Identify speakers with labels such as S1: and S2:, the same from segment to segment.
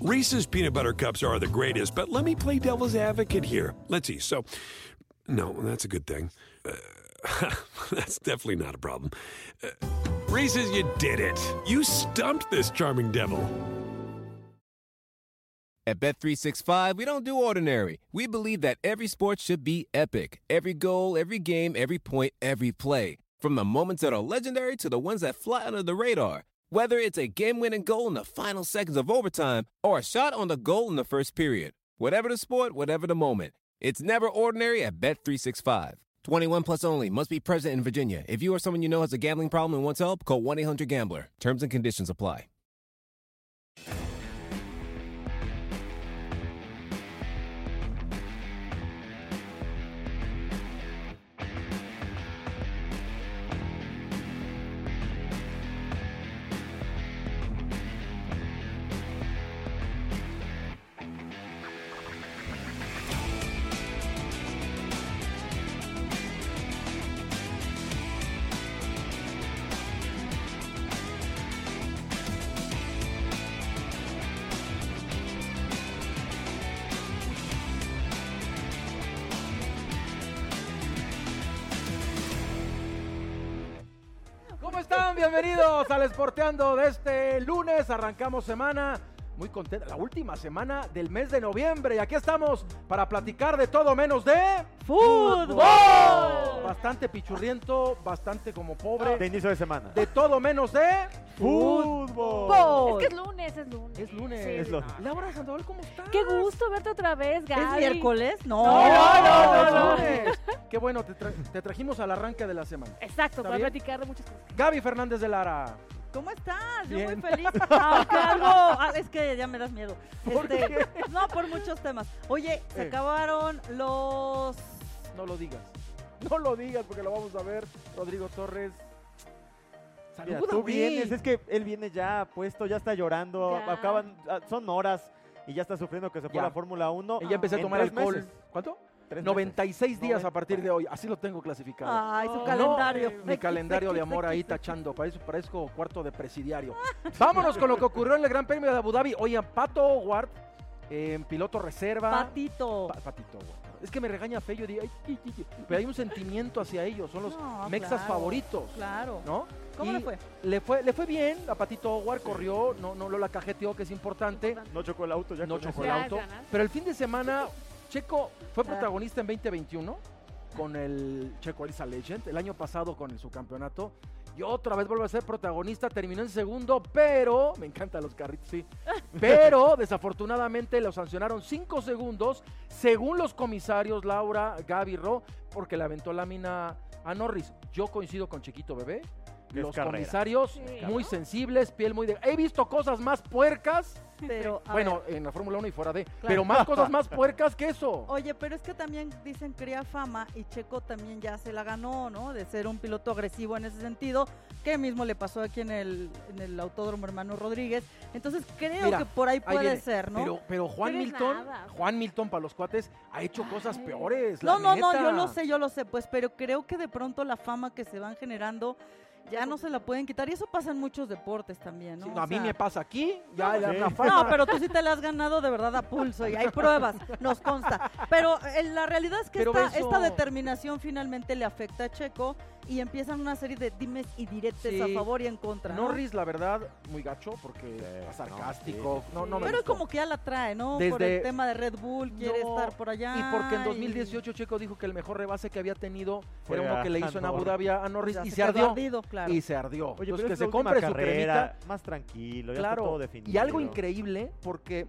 S1: Reese's peanut butter cups are the greatest, but let me play devil's advocate here. Let's see. So, no, that's a good thing. Uh, that's definitely not a problem. Uh, Reese's, you did it. You stumped this charming devil.
S2: At Bet365, we don't do ordinary. We believe that every sport should be epic every goal, every game, every point, every play. From the moments that are legendary to the ones that fly under the radar. Whether it's a game winning goal in the final seconds of overtime or a shot on the goal in the first period. Whatever the sport, whatever the moment. It's never ordinary at Bet365. 21 plus only must be present in Virginia. If you or someone you know has a gambling problem and wants help, call 1 800 Gambler. Terms and conditions apply.
S3: ¿Cómo están? Bienvenidos al Esporteando de este lunes. Arrancamos semana. Muy contenta, la última semana del mes de noviembre. Y aquí estamos para platicar de todo menos de.
S4: ¡Fútbol!
S3: Bastante pichurriento, bastante como pobre.
S5: de
S3: De,
S5: inicio de semana.
S3: todo menos de.
S4: Fútbol.
S6: Es que es lunes, es lunes.
S3: Es lunes.
S6: Sí,
S5: Es lo-
S3: Laura Sandoval, ¿cómo estás?
S6: Qué gusto verte otra vez, Gaby.
S4: ¿Es miércoles? No.
S6: No, no, no,
S3: Es
S6: no, no.
S3: lunes. Qué bueno, te, tra- te trajimos al arranque de la semana.
S6: Exacto, para
S3: bien?
S6: platicar de muchas cosas.
S3: Gaby Fernández de Lara.
S4: ¿Cómo estás? Yo
S3: Bien.
S4: muy feliz. Aunque algo. ah, es que ya me das miedo.
S3: ¿Por
S4: Este, No, por muchos temas. Oye, se
S3: Eh.
S4: acabaron los.
S3: No lo digas. No lo digas porque lo vamos a ver. Rodrigo Torres.
S5: Mira,
S3: Saluda,
S5: tú
S3: güey.
S5: vienes, es que él viene ya puesto, ya está llorando,
S6: Ya.
S5: acaban, ah, son horas y ya está sufriendo que se fue
S3: Ya.
S5: a la Fórmula 1.
S3: Y ya empecé a
S5: En
S3: tomar
S5: tres
S3: alcohol.
S5: meses.
S3: ¿Cuánto?
S5: Tres meses.
S3: 96 días a
S5: Noven-
S3: partir de hoy. Así lo tengo clasificado.
S4: Ay,
S3: No, eh,
S4: su Ah, calendario.
S3: mi calendario de amor ahí tachando. Para eso parezco cuarto de presidiario. Vámonos con lo que ocurrió en el Gran Premio de Abu Dhabi. Oigan, Pato Howard, eh, en piloto reserva.
S4: Patito.
S3: Pa- Patito Howard. Es que me regaña feo. Yo digo, ay, ay, ay, ay. pero hay un sentimiento hacia ellos. Son los
S4: No,
S3: mexas
S4: claro,
S3: favoritos.
S4: Claro.
S3: ¿No?
S4: ¿Cómo le
S3: Y
S4: fue?
S3: Le fue, le fue bien, a Patito Howard corrió, no, no lo la cajeteó, que es importante,
S5: No chocó el auto, ya
S3: no
S5: con
S3: chocó
S5: eso.
S3: el
S6: Ya
S3: auto.
S6: ganas.
S3: Pero el fin de semana, Checo fue
S4: Claro.
S3: protagonista en 2021 con el Checo Elisa Legend, el año pasado con el, su campeonato, y otra vez vuelve a ser protagonista, terminó en segundo, pero, me encantan los carritos, sí, pero desafortunadamente lo sancionaron cinco segundos, según los comisarios Laura, Gaby, Ro, porque le aventó la mina a Norris. Yo coincido con Chiquito Bebé,
S5: Que es
S3: los
S5: carrera.
S3: comisarios
S6: Sí,
S3: muy
S6: ¿no?
S3: sensibles, piel muy de... He visto cosas más puercas,
S4: Pero. a
S3: bueno,
S4: ver,
S3: en la Fórmula 1 y fuera de, pero
S4: Claro.
S3: más cosas más puercas que eso.
S4: Oye, pero es que también dicen cría fama y Checo también ya se la ganó, ¿no? De ser un piloto agresivo en ese sentido, que mismo le pasó aquí en el, en el Autódromo Hermano Rodríguez. Entonces creo
S3: Mira,
S4: que por ahí
S3: Ahí
S4: puede
S3: viene.
S4: ser, ¿no?
S3: Pero, pero Juan
S6: Pero es
S3: Milton,
S6: nada.
S3: Juan Milton para los cuates ha hecho cosas
S6: Ay.
S3: peores. la
S4: No, no, no,
S3: neta.
S4: yo lo sé, yo lo sé, pues, pero creo que de pronto la fama que se van generando ya no se la pueden quitar. Y eso pasa en muchos deportes también, ¿no?
S3: Sí,
S4: O
S3: a mí
S4: sea,
S3: me pasa aquí, ya la,
S5: Sí.
S3: la
S4: No,
S3: fama.
S4: pero tú sí te la has ganado de verdad a pulso y hay pruebas, nos consta. Pero eh, la realidad es que
S3: Pero
S4: esta,
S3: eso-
S4: esta determinación finalmente le afecta a Checo y empiezan una serie de dimes y diretes
S3: Sí.
S4: a favor y en contra. ¿no?
S3: Norris, la verdad, muy gacho porque está sarcástico. No, no me
S4: Pero
S3: gustó.
S4: como que ya la trae, ¿no? Por
S3: Desde-
S4: el tema de Red Bull, quiere
S3: No,
S4: estar por allá.
S3: Y porque en 2018 Checo dijo que el mejor rebase que había tenido
S5: Fue
S3: era uno
S5: a
S3: que le hizo en Abu
S5: Norris.
S3: Dhabi a
S4: y-
S3: Norris
S4: pues ya
S3: y se,
S4: quedó
S3: ardió.
S4: ardido, claro.
S3: Y se ardió.
S5: Oye,
S3: Entonces
S5: pero
S3: Pues que
S5: es la
S3: se
S5: última
S3: compre su cremita.
S5: carrera, más tranquilo, ya
S3: Claro.
S5: está todo definido.
S3: Y algo increíble porque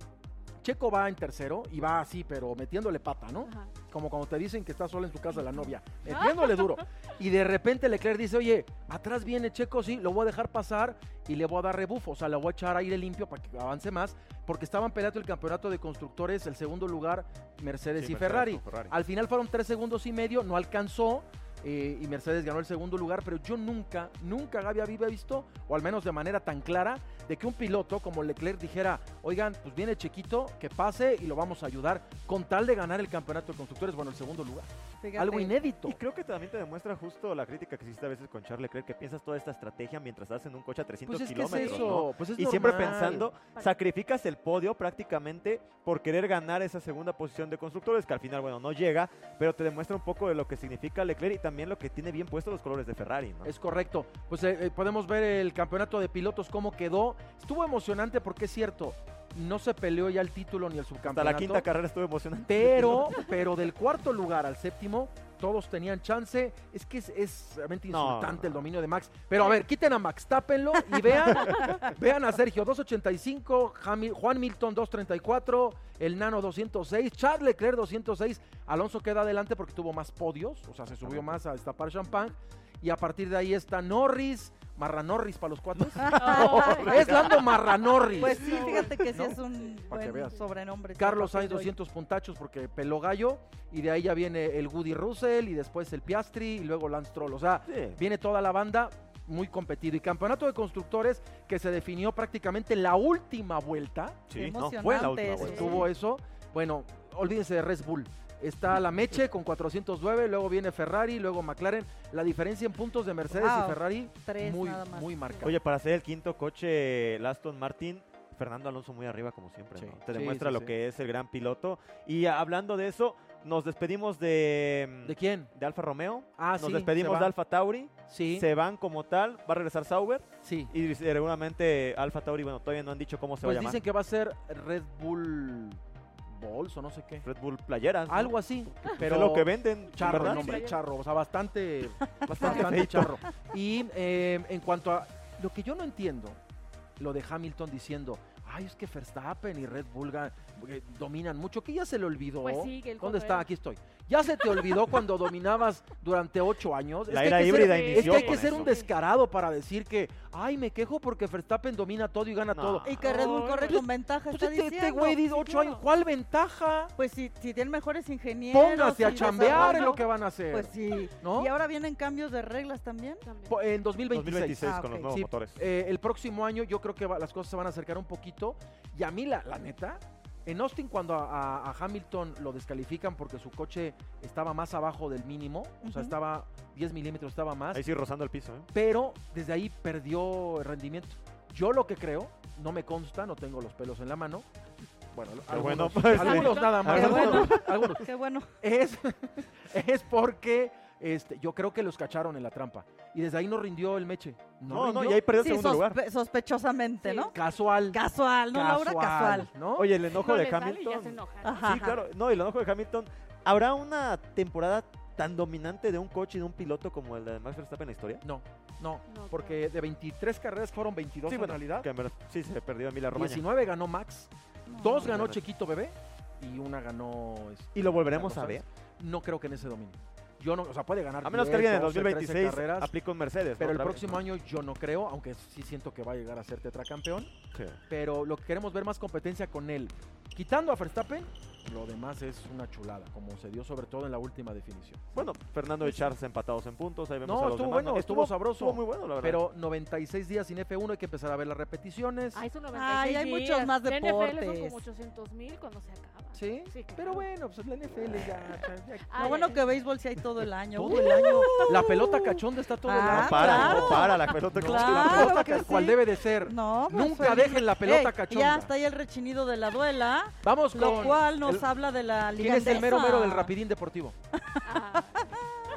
S3: Checo va en tercero y va así, pero metiéndole pata, ¿no?
S6: Ajá.
S3: Como cuando te dicen que está sola en su casa la novia, metiéndole duro. Y de repente Leclerc dice, oye, atrás viene Checo, sí, lo voy a dejar pasar y le voy a dar rebufo, o sea, le voy a echar aire limpio para que avance más, porque estaban peleando el campeonato de constructores, el segundo lugar, Mercedes
S5: Sí,
S3: y
S5: Mercedes
S3: Ferrari.
S5: con Ferrari.
S3: Al final fueron tres segundos y medio, no alcanzó. eh, y Mercedes ganó el segundo lugar, pero yo nunca, nunca Gaby había visto, o al menos de manera tan clara, de que un piloto como Leclerc dijera, oigan, pues viene chiquito, que pase y lo vamos a ayudar con tal de ganar el campeonato de constructores, bueno, el segundo lugar.
S4: Fíjate.
S3: Algo inédito.
S5: Y creo que también te demuestra justo la crítica que existe a veces con Charles Leclerc, que piensas toda esta estrategia mientras estás en un coche a 300
S3: Pues es que es
S5: kilómetros, ¿no?
S3: eso. Pues es
S5: y siempre
S3: normal.
S5: pensando, sacrificas el podio prácticamente por querer ganar esa segunda posición de constructores, que al final, bueno, no llega, pero te demuestra un poco de lo que significa Leclerc y también lo que tiene bien puestos los colores de Ferrari, ¿no?
S3: Es correcto. Pues eh, eh, podemos ver el campeonato de pilotos cómo quedó. Estuvo emocionante porque es cierto, no se peleó ya el título ni el
S5: Hasta
S3: subcampeonato.
S5: la quinta carrera estuvo emocionante.
S3: pero, pero del cuarto lugar al séptimo, todos tenían chance. Es que es, es realmente
S5: No, no,
S3: insultante
S5: no.
S3: el dominio de Max. Pero a ver, quiten a Max, tápenlo y vean, vean a Sergio 285, Jami- Juan Milton 234, el Nano 206, Charles Leclerc 206. Alonso queda adelante porque tuvo más podios, o sea, se subió más a destapar champán. Y a partir de ahí está Norris, Marranorris para los cuatro. es Lando Marranorris.
S4: Pues sí, fíjate que sí
S3: ¿No?
S4: es un
S3: Para que
S4: buen
S3: veas.
S4: sobrenombre. sí,
S3: Carlos
S4: para
S3: Sainz
S4: que soy.
S3: 200 puntachos porque peló gallo y de ahí ya viene el Woody Russell y después el Piastri y luego Lance Troll. O sea,
S5: Sí.
S3: viene toda la banda muy competido. Y campeonato de constructores que se definió prácticamente la última vuelta.
S5: Sí, no,
S4: emocionante
S5: fue la última
S4: eso,
S5: vuelta.
S4: sí.
S3: Tuvo eso. Bueno, olvídense de Red Bull. Está la Meche con 409, luego viene Ferrari, luego McLaren. La diferencia en puntos de Mercedes y
S4: Wow,
S3: Ferrari
S4: Tres
S3: muy,
S4: nada más.
S3: muy marcada.
S5: Oye, para ser el quinto coche, el Aston Martin, Fernando Alonso muy arriba como siempre,
S3: Sí.
S5: ¿no?
S3: Sí,
S5: Te demuestra
S3: sí,
S5: lo
S3: sí.
S5: que es el gran piloto. Y a- hablando de eso, nos despedimos de, mm,
S3: ¿De quién?
S5: de Alfa Romeo,
S3: Ah,
S5: nos
S3: sí, se
S5: despedimos
S3: va.
S5: de Alfa Tauri,
S3: Sí,
S5: se van como tal, va a regresar Sauber
S3: sí.
S5: y seguramente Alfa Tauri, bueno, todavía no han dicho cómo se
S3: Pues
S5: va a llamar.
S3: dicen que va a ser Red Bull Balls o no sé qué.
S5: Red Bull playeras. ¿no?
S3: Algo así.
S5: pero
S3: Pero
S5: lo que venden,
S3: Charro,
S5: ¿verdad?
S3: el nombre, charro. O sea, bastante,
S5: Bastante
S3: bastante
S5: feito.
S3: charro. Y eh, en cuanto a lo que yo no entiendo, lo de Hamilton diciendo, ay, es que Verstappen y Red Bull gan- eh, dominan mucho, que ya se le olvidó.
S6: Pues sí, que el
S3: ¿Dónde
S6: cotorreo.
S3: está? Aquí estoy. Ya se te olvidó cuando dominabas durante ocho años.
S5: La
S3: que
S5: era
S3: hay que ser-
S5: híbrida
S6: es
S3: es
S6: que
S3: que
S5: inició
S3: hay que
S5: con
S3: ser
S5: eso.
S3: un descarado para decir que, ay, me quejo porque Verstappen domina todo y gana
S5: No.
S3: todo.
S4: Y que Red Bull
S6: Ay,
S4: corre
S3: pues,
S4: con ventaja, está
S3: Entonces, este- este
S4: diciendo.
S3: güey dice
S6: sí,
S3: ocho
S6: claro.
S3: años, ¿cuál ventaja?
S4: Pues si, si tienen mejores ingenieros.
S3: Póngase a
S4: y
S3: chambear en
S4: desarrollo,
S3: lo que van a hacer.
S4: Pues sí.
S3: ¿No?
S4: Y ahora vienen cambios de reglas también.
S6: También.
S3: Po- En 2026.
S5: 2026
S4: Ah,
S5: con los
S4: ok.
S5: nuevos
S3: Sí,
S5: motores.
S3: eh, el próximo año yo creo que va- las cosas se van a acercar un poquito. Y a mí, la, la neta, en Austin cuando a, a- a Hamilton lo descalifican porque su coche estaba más abajo del mínimo, o
S4: Ujú.
S3: sea, estaba 10 milímetros, estaba más,
S5: Ahí sí rozando el piso, ¿eh?
S3: pero desde ahí perdió rendimiento. Yo lo que creo, no me consta, no tengo los pelos en la mano. Bueno,
S5: Pero
S3: algunos,
S5: bueno, pues,
S3: algunos nada más.
S5: Pero bueno.
S3: algunos- algunos
S4: Qué bueno.
S3: es, es porque este, yo creo que los cacharon en la trampa. Y desde ahí no rindió el meche.
S5: No,
S3: No,
S5: no,
S3: rindió.
S5: y ahí perdió el
S4: Sí,
S5: segundo lugar.
S4: sospe- sospechosamente,
S6: Sí.
S4: ¿no?
S3: Casual.
S4: Casual, ¿no, Laura? Casual.
S3: ¿no?
S5: Oye, el enojo
S6: No
S5: de
S6: le sale y ya
S5: Hamilton.
S6: se enojan.
S4: Ajá.
S5: Sí, claro. No, y el enojo de Hamilton. ¿Habrá una temporada tan dominante de un coche y de un piloto como el de Max Verstappen en la historia?
S3: No, no.
S6: No,
S3: Porque de 23 carreras fueron 22
S5: Sí,
S3: en
S5: bueno,
S3: realidad.
S5: que en verdad sí se perdió Emilia Romagna.
S3: 19 ganó Max,
S4: No.
S3: dos ganó
S5: Claro.
S3: Chiquito Bebé y una ganó. este,
S5: Y lo volveremos a
S3: Carlos
S5: ver.
S3: Sainz. No creo que en ese dominio. Yo no, o sea, puede ganar.
S5: A menos que
S3: 10,
S5: alguien en el
S3: 12, 13
S5: 2026
S3: carreras,
S5: aplique un Mercedes.
S3: pero
S5: ¿no?
S3: el
S5: Otra vez.
S3: próximo año yo no creo, aunque sí siento que va a llegar a ser tetracampeón.
S5: Sí.
S3: pero lo que queremos ver más competencia con él. Quitando a Verstappen, lo demás es una chulada, como se dio sobre todo en la última definición.
S5: Bueno, Fernando y Charles empatados en puntos. Ahí vemos
S3: No,
S5: a los
S3: estuvo
S5: demás,
S3: bueno,
S5: ¿no?
S3: estuvo sabroso.
S5: Estuvo muy bueno, la verdad.
S3: Pero 96 días sin F1, hay que empezar a ver las repeticiones.
S6: Ay, son
S4: Ay, hay
S6: 96
S4: muchos
S6: días.
S4: más
S6: La NFL son
S4: deportes.
S6: como 800 mil cuando se acaba.
S3: ¿Sí?
S6: Sí, claro.
S3: Pero bueno, pues es la NFL ya. ya- ya-
S6: Ah,
S4: Lo bueno que béisbol sí hay todo el año.
S3: todo el año. La pelota cachonda está todo el
S4: Ah,
S5: No
S3: año.
S5: para,
S4: claro.
S5: no para la pelota. que-
S3: La
S4: Claro
S3: pelota
S4: que
S3: ca- cual
S4: sí.
S3: debe de ser.
S4: No, pues,
S3: Nunca
S4: fue-
S3: dejen la pelota
S4: Ey,
S3: cachonda.
S4: Ya está ahí el rechinido de la duela,
S3: Vamos con.
S4: lo cual nos
S3: el-
S4: habla de la liga
S3: ¿Quién es el mero
S4: andesa.
S3: mero del rapidín deportivo?
S6: Ah,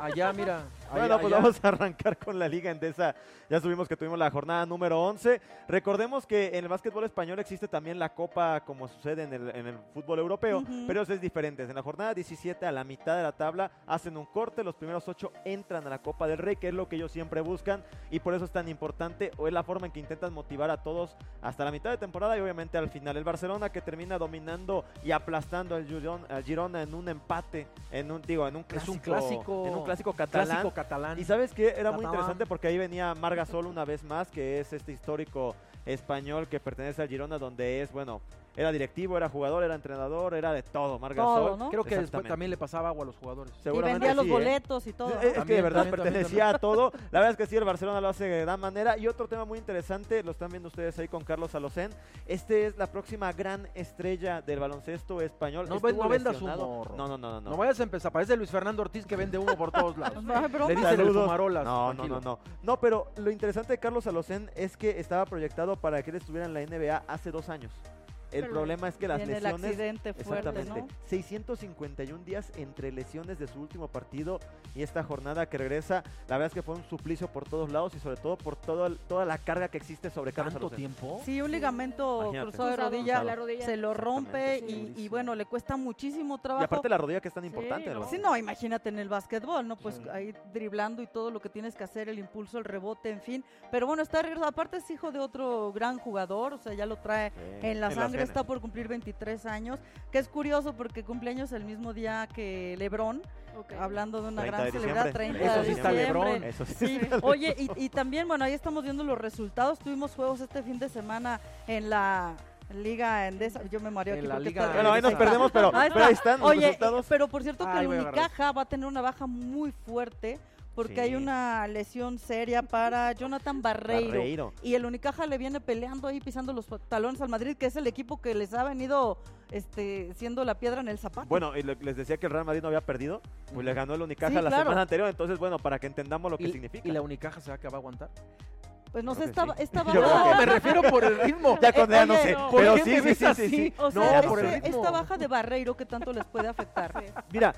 S3: Allá, mira.
S5: Bueno,
S3: allá,
S5: pues
S3: allá.
S5: vamos a arrancar con la Liga Endesa. Ya subimos que tuvimos la jornada número 11. Recordemos que en el básquetbol español existe también la Copa, como sucede en el, en el fútbol europeo,
S4: Ujú.
S5: pero eso es diferente. En la jornada 17, a la mitad de la tabla, hacen un corte. Los primeros ocho entran a la Copa del Rey, que es lo que ellos siempre buscan. Y por eso es tan importante, o es la forma en que intentan motivar a todos hasta la mitad de temporada y obviamente al final. El Barcelona que termina dominando y aplastando al Girona, al Girona en un empate, en un, digo, en un
S3: Es
S5: clásico.
S3: un clásico-
S5: en un clásico catalán.
S3: Clásico catalán.
S5: Y sabes que era muy
S3: Tatam.
S5: interesante porque ahí venía Marga Sol una vez más, que es este histórico español que pertenece al Girona, donde es, bueno, Era directivo, era jugador, era entrenador, era de todo, Marc
S4: Todo,
S5: Gasol.
S4: ¿no?
S3: Creo que después
S5: Exactamente.
S3: también le pasaba agua a los jugadores.
S4: Y
S5: Seguramente
S4: vendía los
S5: sí, ¿eh?
S4: boletos y todo. ¿no?
S5: Es que de
S3: También,
S5: verdad
S3: también, también,
S5: pertenecía a todo. La verdad es que sí, el Barcelona lo hace de gran manera. Y otro tema muy interesante, lo están viendo ustedes ahí con Carlos Alocén. Este es la próxima gran estrella del baloncesto español.
S3: No ven-
S5: Estuvo
S3: no vendas
S5: lesionado.
S3: humo, Ro.
S5: No, no, no, no.
S3: No.
S5: no.
S3: vayas a empezar, parece Luis Fernando Ortiz que vende humo por todos lados.
S4: No, es broma.
S3: Le dicen el
S5: Saludos.
S3: fumarolas.
S5: No, no,
S3: tranquilo.
S5: no, no. No, pero lo interesante de Carlos Alocén es que estaba proyectado para que él estuviera en la NBA hace dos años. El
S6: Pero
S5: problema es que las
S4: Tiene el
S5: lesiones
S4: accidente fuerte,
S5: Exactamente.
S4: ¿no?
S5: 651 días entre lesiones de su último partido y esta jornada que regresa, la verdad es que fue un suplicio por todos lados y sobre todo por todo el- toda la carga que existe sobre Carlos
S3: ¿Tanto
S5: Alocen.
S3: tiempo?
S4: Sí, un ligamento
S5: Imagínate.
S4: cruzado de
S6: Cruzado,
S4: rodilla
S6: la rodilla.
S4: se lo rompe
S5: Exactamente,
S4: y,
S5: durísimo.
S4: y bueno, le cuesta muchísimo
S5: Y
S4: trabajo.
S5: aparte la rodilla que es tan importante.
S6: ¿no?
S5: ¿no?
S4: Sí, no, imagínate en el básquetbol, ¿no? Pues
S3: Sí.
S4: ahí driblando y todo lo que tienes que hacer, el impulso, el rebote, en fin. Pero bueno, está regresado. Aparte es hijo de otro gran jugador, o sea, ya lo trae
S5: Sí,
S4: en la sangre,
S5: venas.
S4: está por cumplir 23 años, que es curioso porque cumpleaños el mismo día que Lebrón,
S6: Ok.
S4: hablando de una
S5: 30
S4: gran
S5: de
S4: celebridad,
S5: diciembre.
S4: 30
S3: Eso
S4: de
S3: sí está
S4: diciembre.
S3: LeBron.
S5: Eso sí.
S4: Sí, oye, y, y también, bueno, ahí estamos viendo los resultados. Tuvimos juegos este fin de semana en la Liga Endesa. Yo me mareo
S3: En
S4: aquí
S3: la
S4: porque
S3: Liga
S4: está-
S5: Bueno, ahí nos
S3: Ahí
S5: perdemos, pero,
S4: Ahí
S5: pero ahí están los
S4: Oye,
S5: resultados.
S4: pero por cierto que
S3: Ay,
S4: el
S3: voy a agarrar
S4: Unicaja va a tener una baja muy fuerte porque
S5: Sí.
S4: hay una lesión seria para Jonathan Barreiro.
S5: Barreiro.
S4: Y el Unicaja le viene peleando ahí, pisando los talones al Madrid, que es el equipo que les ha venido este, siendo la piedra en el zapato.
S5: Bueno, y lo- les decía que el Real Madrid no había perdido, pues le ganó el Unicaja
S4: Sí,
S5: la
S4: claro.
S5: semana anterior, entonces bueno, para que entendamos lo que
S3: ¿Y,
S5: significa.
S3: y la Unicaja se va a acabar a aguantar?
S4: pues no sé,
S5: creo que
S4: esta,
S5: sí.
S4: esta
S5: Yo creo
S4: baja-
S5: que-
S3: No, me refiero por el ritmo.
S5: Ya con ya no
S4: oye,
S5: sé,
S6: no.
S3: Eh, ¿Por
S5: pero
S3: qué
S5: sí,
S3: me
S5: sí,
S3: ves
S5: sí, sí,
S3: así?
S5: sí.
S4: O
S3: No,
S4: sea,
S5: por el
S4: ese-
S3: ritmo.
S4: esta baja de Barreiro, ¿qué tanto les puede afectar?
S6: Sí.
S5: Mira,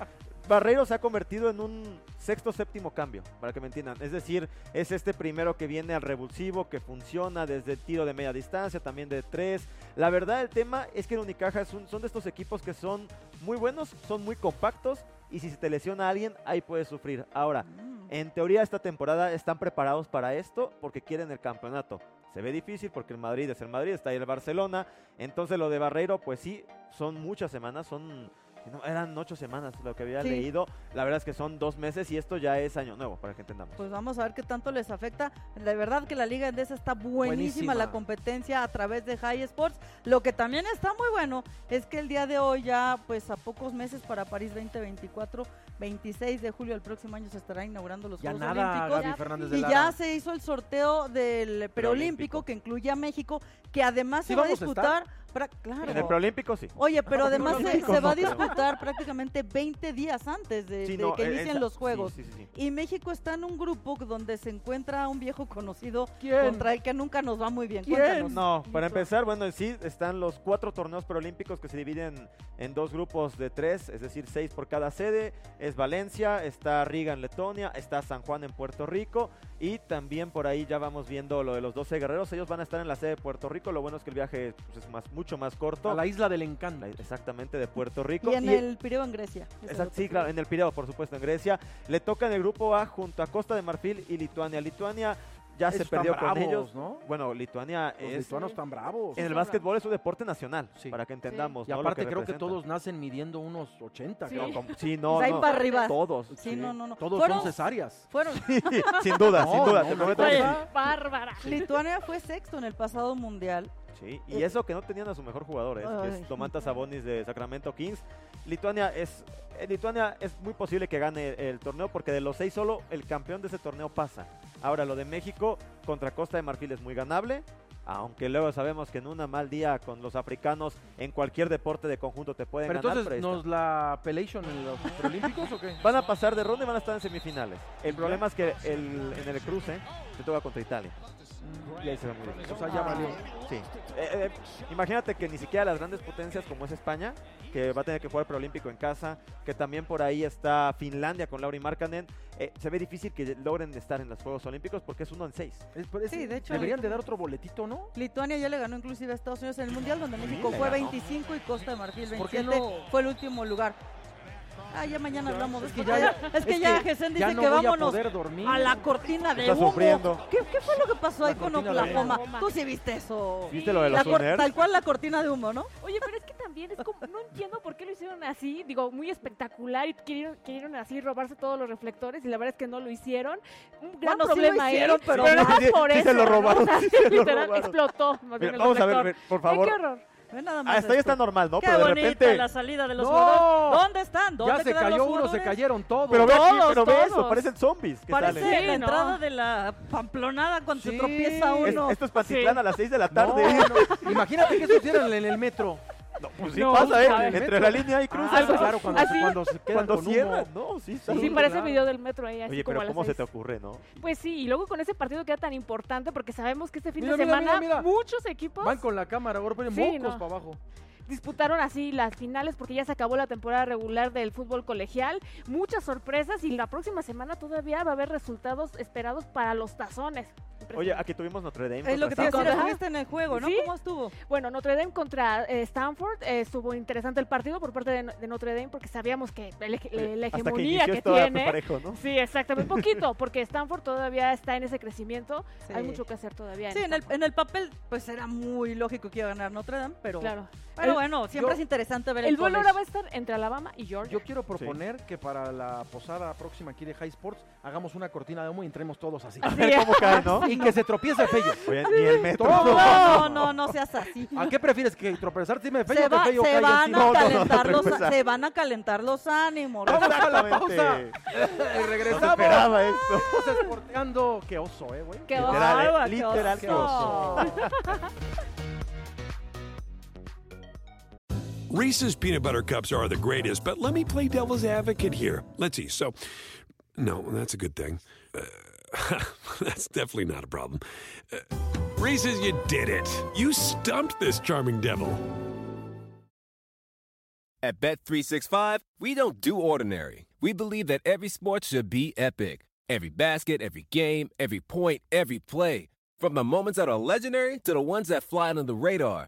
S5: Barreiro se ha convertido en un sexto séptimo cambio, para que me entiendan. Es decir, es este primero que viene al revulsivo, que funciona desde el tiro de media distancia, también de tres. La verdad, el tema es que el Unicaja es un- son de estos equipos que son muy buenos, son muy compactos, y si se te lesiona a alguien, ahí puedes sufrir. Ahora,
S4: Mm.
S5: en teoría esta temporada están preparados para esto porque quieren el campeonato. Se ve difícil porque el Madrid es el Madrid, está ahí el Barcelona. Entonces lo de Barreiro, pues sí, son muchas semanas, son... no, eran ocho semanas lo que había
S4: Sí.
S5: leído. La verdad es que son dos meses y esto ya es año nuevo, para que entendamos.
S4: Pues vamos a ver qué tanto les afecta. La verdad que la Liga Endesa está buenísima,
S3: Buenísima.
S4: la competencia a través de High Sports. Lo que también está muy bueno es que el día de hoy ya, pues a pocos meses para París 2024, 26 de julio del próximo año se estará inaugurando los
S3: Ya
S4: Juegos
S3: nada,
S4: Olímpicos.
S3: Gaby Fernández de
S4: Y
S3: Lara.
S4: ya se hizo el sorteo del preolímpico que incluye a México, que además
S3: ¿Sí
S4: se va a
S3: vamos a
S4: disputar. pra-
S5: En el
S4: Claro.
S5: preolímpico sí.
S4: Oye, pero además se,
S5: Olímpicos
S4: se va
S5: no,
S4: a
S5: pero-
S4: disputar prácticamente 20 días antes de,
S5: Sí,
S4: de
S5: no, e,
S4: que
S5: en- en
S4: inicien
S5: sa-
S4: los
S5: sí,
S4: Juegos.
S5: sí, sí, sí.
S4: Y México está en un grupo donde se encuentra un viejo conocido
S3: ¿Quién?
S4: contra el que nunca nos va muy bien.
S3: ¿Quién?
S4: Cuéntanos.
S5: No, para empezar, bueno, en sí están los cuatro torneos preolímpicos que se dividen en dos grupos de tres, es decir, seis por cada sede. Es Valencia, está Riga en Letonia, está San Juan en Puerto Rico y también por ahí ya vamos viendo lo de los 12 guerreros. Ellos van a estar en la sede de Puerto Rico. Lo bueno es que el viaje pues, es más, mucho más corto.
S3: A la isla del encanto.
S5: La- Exactamente, de Puerto Rico.
S4: Y en
S5: Y-
S4: el Pireo en Grecia. es el
S5: Exacto,
S4: otro
S5: sí, claro,
S4: grupo.
S5: en el Pireo, por supuesto, en Grecia. Le toca en el grupo A junto a Costa de Marfil y Lituania. Lituania ya
S3: Esos
S5: se perdió
S3: están
S5: con
S3: bravos,
S5: ellos.
S3: ¿no?
S5: Bueno, Lituania
S3: Los
S5: es
S3: lituanos están bravos.
S5: en el
S6: sobra.
S5: básquetbol es un deporte nacional,
S3: Sí.
S5: para que entendamos.
S3: Y
S5: ¿no? Lo
S3: aparte creo que
S5: representa.
S3: todos nacen midiendo unos 80,
S6: Sí.
S5: No,
S3: creo.
S5: como- sí,
S4: Pues
S5: no,
S4: ahí
S5: no,
S4: para arriba.
S5: Todos.
S4: Sí, no, no, no.
S3: Todos
S4: fueron,
S3: son cesáreas.
S4: fueron-
S5: sin duda,
S3: No,
S5: sin duda.
S3: no,
S5: te
S3: no,
S5: prometo
S3: no,
S5: que
S3: no.
S5: sí.
S6: Oye, Bárbara.
S4: Lituania fue sexto en el pasado mundial.
S5: Sí, Y eso que no tenían a su mejor jugador, es, que
S4: Ay.
S5: es Domantas Sabonis de Sacramento Kings. Lituania es, eh, Lituania es muy posible que gane el, el torneo porque de los seis solo el campeón de ese torneo pasa. Ahora, lo de México contra Costa de Marfil es muy ganable. Aunque luego sabemos que en un mal día con los africanos en cualquier deporte de conjunto te pueden
S3: Pero
S5: ganar.
S3: entonces,
S5: ahí está.
S3: ¿nos la pelation en los preolímpicos o qué?
S5: Van a pasar de ronda y van a estar en semifinales. El problema es que el, en el cruce te toca contra Italia. Y ahí se va muy difícil.
S3: O sea, ya valió.
S5: Sí. Eh, eh, imagínate que ni siquiera las grandes potencias como es España, que va a tener que jugar el preolímpico en casa, que también por ahí está Finlandia con Lauri Markkanen, eh, se ve difícil que logren estar en los Juegos Olímpicos porque es uno en seis.
S3: Es- pero es-
S4: Sí, de hecho,
S3: Deberían
S4: ahorita-
S3: de dar otro boletito, ¿no?
S4: Lituania ya le ganó inclusive a Estados Unidos en el mundial, donde México
S5: le
S4: fue
S5: ganó.
S4: 25 y Costa de Marfil
S3: ¿Por qué
S4: 27.
S3: no?
S4: Fue el último lugar. Ah, ya mañana hablamos. de
S3: Es que
S4: esto.
S3: ya-
S4: es que
S3: es
S4: ya
S3: que
S4: Gesén
S3: ya
S4: dice
S3: no
S4: que
S3: voy a
S4: vámonos
S3: poder dormir.
S4: a la cortina de
S5: Está
S4: humo.
S5: sufriendo.
S4: ¿Qué, qué fue lo que pasó
S3: La
S4: ahí con
S3: cortina de
S4: Oklahoma?
S6: humo.
S4: Tú sí viste eso.
S5: ¿Viste lo de los
S4: La cor-
S5: Sooners?
S4: tal cual la cortina de humo, ¿no?
S6: Oye, pero es que también es como, no entiendo por qué lo hicieron así, digo, muy espectacular y querieron, querieron así robarse todos los reflectores y la verdad es que no lo hicieron. Un gran
S4: Bueno, sí lo
S6: problema ¿eh? ahí,
S4: hicieron, pero
S6: no
S5: sí,
S6: es por
S5: sí
S6: eso.
S5: se lo
S6: ¿no?
S5: robaron,
S6: O sea,
S5: sí se lo
S6: literal,
S5: robaron.
S6: explotó. más
S5: Mira,
S6: bien el
S5: vamos a ver, ver,
S6: reflector.
S5: por
S6: Ay,
S5: favor.
S6: qué horror.
S4: Ve nada más.
S5: Ah, hasta ahí
S4: esto.
S5: está normal, ¿no?
S4: Qué
S5: Pero de
S4: bonita
S5: repente.
S4: la salida de los
S3: ¡No!
S4: jugadores. ¿Dónde están? ¿Dónde
S3: Ya se
S4: quedan
S3: cayó
S4: los
S3: uno, se
S4: jugadores?
S3: cayeron todos.
S5: Pero ve, aquí,
S6: Todos,
S5: pero ve eso,
S6: todos.
S5: parecen zombies que
S4: Parece
S5: salen.
S4: la
S6: Sí, no.
S4: entrada de la pamplonada cuando se
S3: Sí.
S4: tropieza
S5: Es-
S4: uno.
S5: esto es Pantitlán
S6: Sí.
S5: a las 6 de la
S3: No,
S5: tarde.
S3: no, Imagínate que eso hicieran en el metro.
S5: No, pues sí
S6: No,
S5: pasa,
S6: a
S5: ¿eh?
S6: ver.
S5: Entre la línea y cruz.
S3: Ah,
S6: algo-
S3: claro, cuando,
S6: así-
S3: cuando se quedan
S5: cuando
S3: con humo.
S5: cierran, ¿no? Sí, está
S6: Sí,
S3: Sí,
S6: parece
S3: claro.
S6: video del metro ahí, así
S5: Oye,
S6: como
S5: pero
S6: a las
S5: ¿cómo se
S6: seis.
S5: te ocurre, no?
S6: Pues sí, y luego con ese partido que era tan importante porque sabemos que este fin
S3: Mira,
S6: de
S3: mira,
S6: semana
S3: mira, mira.
S6: muchos
S4: Pues
S6: equipos
S3: Van con la cámara, ahora ponen
S6: Sí,
S3: mocos
S6: no.
S3: para abajo.
S6: disputaron así las finales porque ya se acabó la temporada regular del fútbol colegial. Muchas sorpresas y la próxima semana todavía va a haber resultados esperados para los tazones.
S5: Oye, aquí tuvimos Notre Dame.
S4: Es lo que te
S5: contra
S4: iba a decir,
S6: Ajá.
S4: estuviste en el juego, ¿no?
S6: Sí.
S4: ¿Cómo estuvo?
S6: Bueno, Notre Dame contra eh, Stanford eh, estuvo interesante el partido por parte de, de Notre Dame porque sabíamos que la hege- la, la
S5: Hasta
S6: hegemonía
S5: inició
S6: que,
S5: esto ah, pues, era
S6: tiene.
S5: parejo, ¿no?
S6: Sí, exactamente, un poquito, porque Stanford todavía está en ese crecimiento.
S4: Sí.
S6: Hay mucho que hacer todavía.
S4: Sí, en el,
S6: Stanford.
S4: en el papel, pues era muy lógico que iba a ganar Notre Dame, pero,
S6: Claro.
S4: pero
S6: El-
S4: bueno, siempre
S3: yo-
S4: es interesante ver el,
S6: El duelo
S4: college.
S6: ahora va a estar entre Alabama y Georgia.
S3: Yo quiero proponer que para la posada próxima aquí de High Sports hagamos una cortina de humo y entremos todos así.
S5: A ver cómo cae, ¿no?
S3: y que se tropiece Fello.
S5: Oye, ni el metro.
S3: Todo.
S4: No, no, no, no seas así.
S3: ¿A qué prefieres? ¿Que tropezarte me Fello
S4: Se,
S3: o que
S4: va-
S3: Fello
S4: se
S3: caiga
S4: van
S5: No, no,
S3: encima?
S4: a
S5: no,
S4: calentar los,
S5: regresa.
S4: se van a calentar los ánimos.
S3: Vamos a la
S5: Exactamente.
S3: pausa. Y
S5: No se
S3: regresamos.
S5: esperaba esto.
S3: Estamos esporteando. Qué oso, eh, güey.
S6: Qué
S5: Literal, ¿eh?
S6: bárbaro, qué
S5: Literal, qué
S6: oso.
S1: Reese's peanut butter cups are the greatest, but let me play devil's advocate here. Let's see. So, no, that's a good thing. Uh, that's definitely not a problem. Uh, Reese's, you did it. You stumped this charming devil.
S2: At Bet365, we don't do ordinary. We believe that every sport should be epic. Every basket, every game, every point, every play. From the moments that are legendary to the ones that fly under the radar.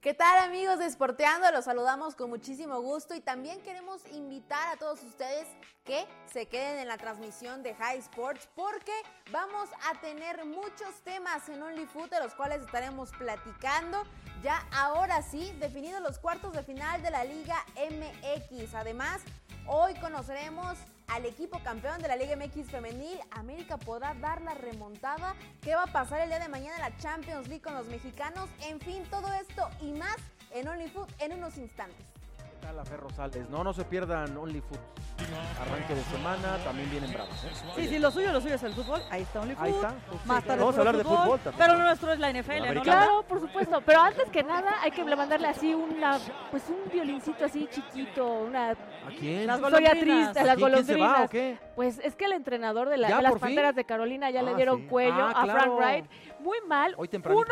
S7: ¿Qué tal amigos de Sporteando? Los saludamos con muchísimo gusto y también queremos invitar a todos ustedes que se queden en la transmisión de High Sports porque vamos a tener muchos temas en OnlyFoot de los cuales estaremos platicando. Ya ahora sí, definidos los cuartos de final de la Liga MX. Además, hoy conoceremos al equipo campeón de la Liga MX femenil. América podrá dar la remontada. ¿Qué va a pasar el día de mañana en la Champions League con los mexicanos? En fin, todo esto y más en OnlyFood en unos instantes.
S3: ¿Qué tal a Fer Rosales? No, no se pierdan OnlyFood. Arranque de semana, también vienen bravas, ¿eh?
S4: Sí, sí, lo suyo, lo suyo es el fútbol. Ahí está
S3: Ahí
S4: OnlyFoot.
S3: está. justo.
S4: Más tarde
S5: Vamos a
S4: puro
S5: hablar de fútbol también,
S4: Pero
S5: ¿no?
S4: lo nuestro es la NFL, ¿no?
S5: Americano.
S6: Claro, por supuesto, pero antes que nada hay que mandarle así una, pues un violincito así chiquito, una
S3: ¿A quién?
S4: Las
S6: historia
S4: golondrinas.
S6: triste,
S4: ¿A
S3: ¿A
S6: las
S3: quién? ¿Quién se va o
S6: golondrinas.
S3: qué?
S6: Pues es que el entrenador de, la-
S3: ¿Ya,
S6: de las
S3: por fin?
S6: Panteras de Carolina ya
S5: Ah,
S6: le dieron
S5: sí.
S6: cuello
S3: Ah,
S6: a
S3: claro.
S6: Frank Wright, muy mal.
S3: Hoy tempranito.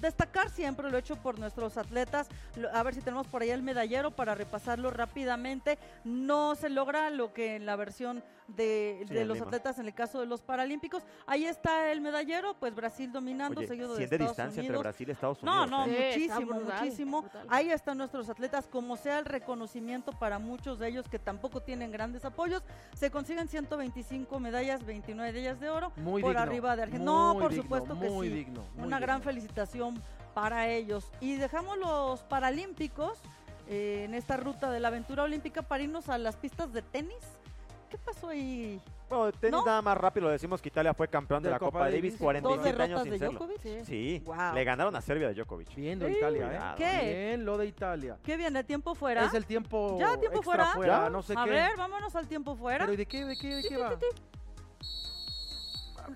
S4: destacar siempre lo hecho por nuestros atletas. Lo- A ver si tenemos por ahí el medallero para repasarlo rápidamente. No se logra lo que en la versión de,
S5: Sí,
S4: de
S5: en
S4: los
S5: Lima.
S4: atletas en el caso de los Paralímpicos. Ahí está el medallero, pues Brasil dominando,
S5: Oye,
S4: seguido
S5: 100
S4: de
S5: de
S4: Estados
S5: distancia entre
S4: Unidos.
S5: Brasil y Estados
S4: No,
S5: Unidos.
S4: no,
S5: ¿eh?
S6: Sí, está
S4: muchísimo,
S6: brutal,
S4: muchísimo.
S6: brutal.
S4: Ahí están nuestros atletas, como sea el reconocimiento para muchos de ellos que tampoco tienen grandes apoyos. Se consiguen 125 medallas, 29 de ellas de oro.
S3: Muy
S4: por
S3: digno,
S4: arriba de Argentina. No,
S3: muy
S4: por
S3: digno,
S4: supuesto que
S3: muy
S4: sí.
S3: digno, muy
S4: Una gran
S3: digno.
S4: felicitación para ellos. Y dejamos los paralímpicos eh, en esta ruta de la aventura olímpica para irnos a las pistas de tenis. ¿Qué pasó ahí?
S5: Bueno, de tenis
S4: ¿No?
S5: nada más rápido lo decimos que Italia fue campeón de, la Copa, Davis,
S4: ¿Dos
S5: 47 años
S4: derrotas
S5: sin
S4: de
S5: serlo.
S4: Djokovic?
S5: Sí,
S4: Wow.
S5: le ganaron a Serbia de Djokovic.
S3: Viendo
S6: Sí,
S3: Italia, ¿eh?
S5: cuidado.
S4: ¿Qué?
S3: Bien, lo de Italia.
S4: ¿Qué viene? ¿Tiempo fuera?
S3: Es el tiempo.
S4: ¿Ya tiempo
S3: extra
S4: fuera?
S5: ¿Ya?
S3: No sé
S4: a
S3: qué.
S4: ver, vámonos al tiempo fuera.
S3: Pero ¿y de qué, de qué, de qué va?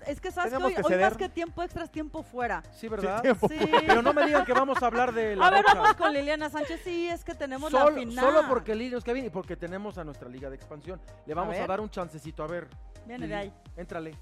S4: Es que sabes que
S5: Tenemos
S4: hoy,
S5: que
S4: hoy
S5: ceder.
S4: más que tiempo extra es tiempo fuera.
S3: Sí, ¿verdad?
S4: Sí.
S3: Pero no me digan que vamos a hablar de la
S4: a ver,
S3: bocha.
S4: vamos con Liliana Sánchez. Sí, es que tenemos la
S3: Solo-
S4: final.
S3: solo porque Lirios Kevin y porque tenemos a nuestra liga de expansión. Le vamos a,
S4: ver.
S3: dar un chancecito. A ver,
S4: Viene de
S3: Lili,
S4: ahí.
S3: Éntrale.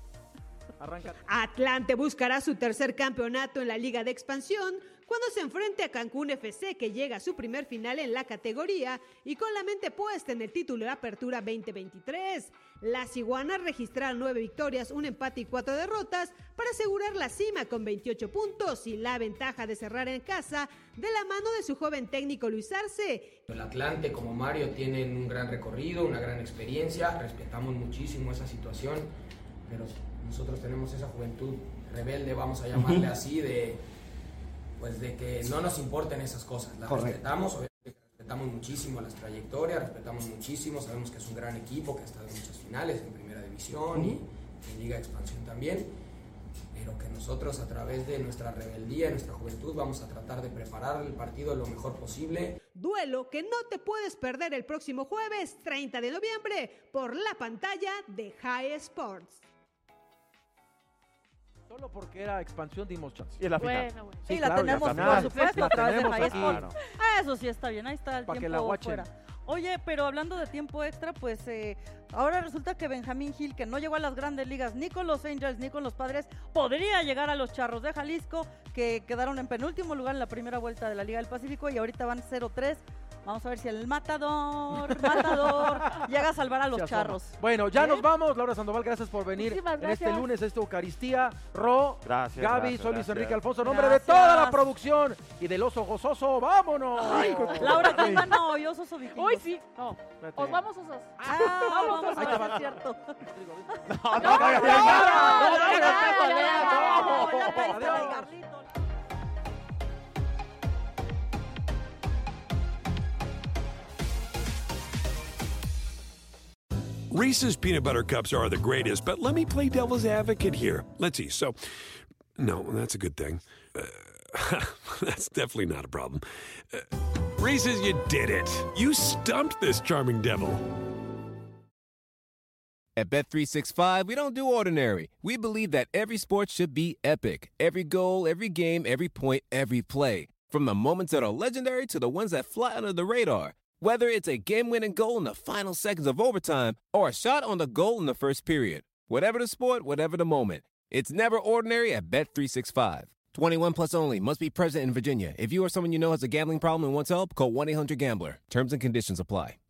S3: Arranca.
S8: Atlante buscará su tercer campeonato en la Liga de Expansión cuando se enfrente a Cancún FC que llega a su primer final en la categoría y con la mente puesta en el título de Apertura 2023. Las iguanas registraron nueve victorias, un empate y cuatro derrotas para asegurar la cima con 28 puntos y la ventaja de cerrar en casa de la mano de su joven técnico Luis Arce,
S9: El Atlante como Mario tienen un gran recorrido, una gran experiencia, respetamos muchísimo esa situación, pero nosotros tenemos esa juventud rebelde, vamos a llamarle así, de pues de que no nos importen esas cosas, las respetamos, obviamente que respetamos muchísimo las trayectorias, respetamos muchísimo, sabemos que es un gran equipo que ha estado en muchas finales en Primera División y en Liga de Expansión también, pero que nosotros a través de nuestra rebeldía, nuestra juventud, vamos a tratar de preparar el partido lo mejor posible.
S8: Duelo que no te puedes perder el próximo jueves 30 de noviembre por la pantalla de High Sports.
S3: Solo porque era expansión dimos chance.
S5: Y es la final.
S6: Bueno, bueno.
S3: claro, y
S4: y la
S3: la
S4: tenemos,
S5: final.
S4: por supuesto,
S3: La
S4: a través de
S3: tenemos
S4: High
S3: aquí.
S4: Sport.
S5: Claro.
S4: Ah, eso sí está bien, ahí está el
S3: Pa' que
S4: tiempo
S3: la guachen.
S4: fuera. Oye, pero hablando de tiempo extra, pues eh, ahora resulta que Benjamín Gil, que no llegó a las grandes ligas ni con los Angels ni con los Padres, podría llegar a los Charros de Jalisco, que quedaron en penúltimo lugar en la primera vuelta de la Liga del Pacífico y ahorita van 0-3. Vamos a ver si el matador, matador, llega a salvar a
S3: Se
S4: los
S3: asoma.
S4: Charros.
S3: Bueno, ya
S4: ¿Eh?
S3: nos vamos. Laura Sandoval, gracias por venir.
S6: Muchísimas
S3: En este
S6: gracias.
S3: lunes, esta Eucaristía. Ro,
S5: Gracias,
S3: Gaby,
S5: gracias,
S3: soy Luis
S5: gracias.
S3: Enrique Alfonso. En nombre de
S4: Gracias.
S3: toda la producción y del oso gozoso, vámonos.
S4: Laura Calma, no, yo soy vikingos.
S6: Hoy sí. No.
S3: Espérate.
S6: Os vamos, osos.
S4: Ah, vamos,
S6: Ahí
S3: te
S4: vamos,
S3: va.
S4: es cierto. Ya
S6: no, no,
S4: caíste en el
S3: adiós.
S4: garlito.
S1: Reese's peanut butter cups are the greatest, but let me play devil's advocate here. Let's see. So, no, that's a good thing. Uh, that's definitely not a problem. Uh, Reese's, you did it. You stumped this charming devil.
S2: At Bet365, we don't do ordinary. We believe that every sport should be epic. Every goal, every game, every point, every play. From the moments that are legendary to the ones that fly under the radar. Whether it's a game winning goal in the final seconds of overtime or a shot on the goal in the first period. Whatever the sport, whatever the moment. It's never ordinary at Bet365. 21 plus only must be present in Virginia. If you or someone you know has a gambling problem and wants help, call 1 800 Gambler. Terms and conditions apply.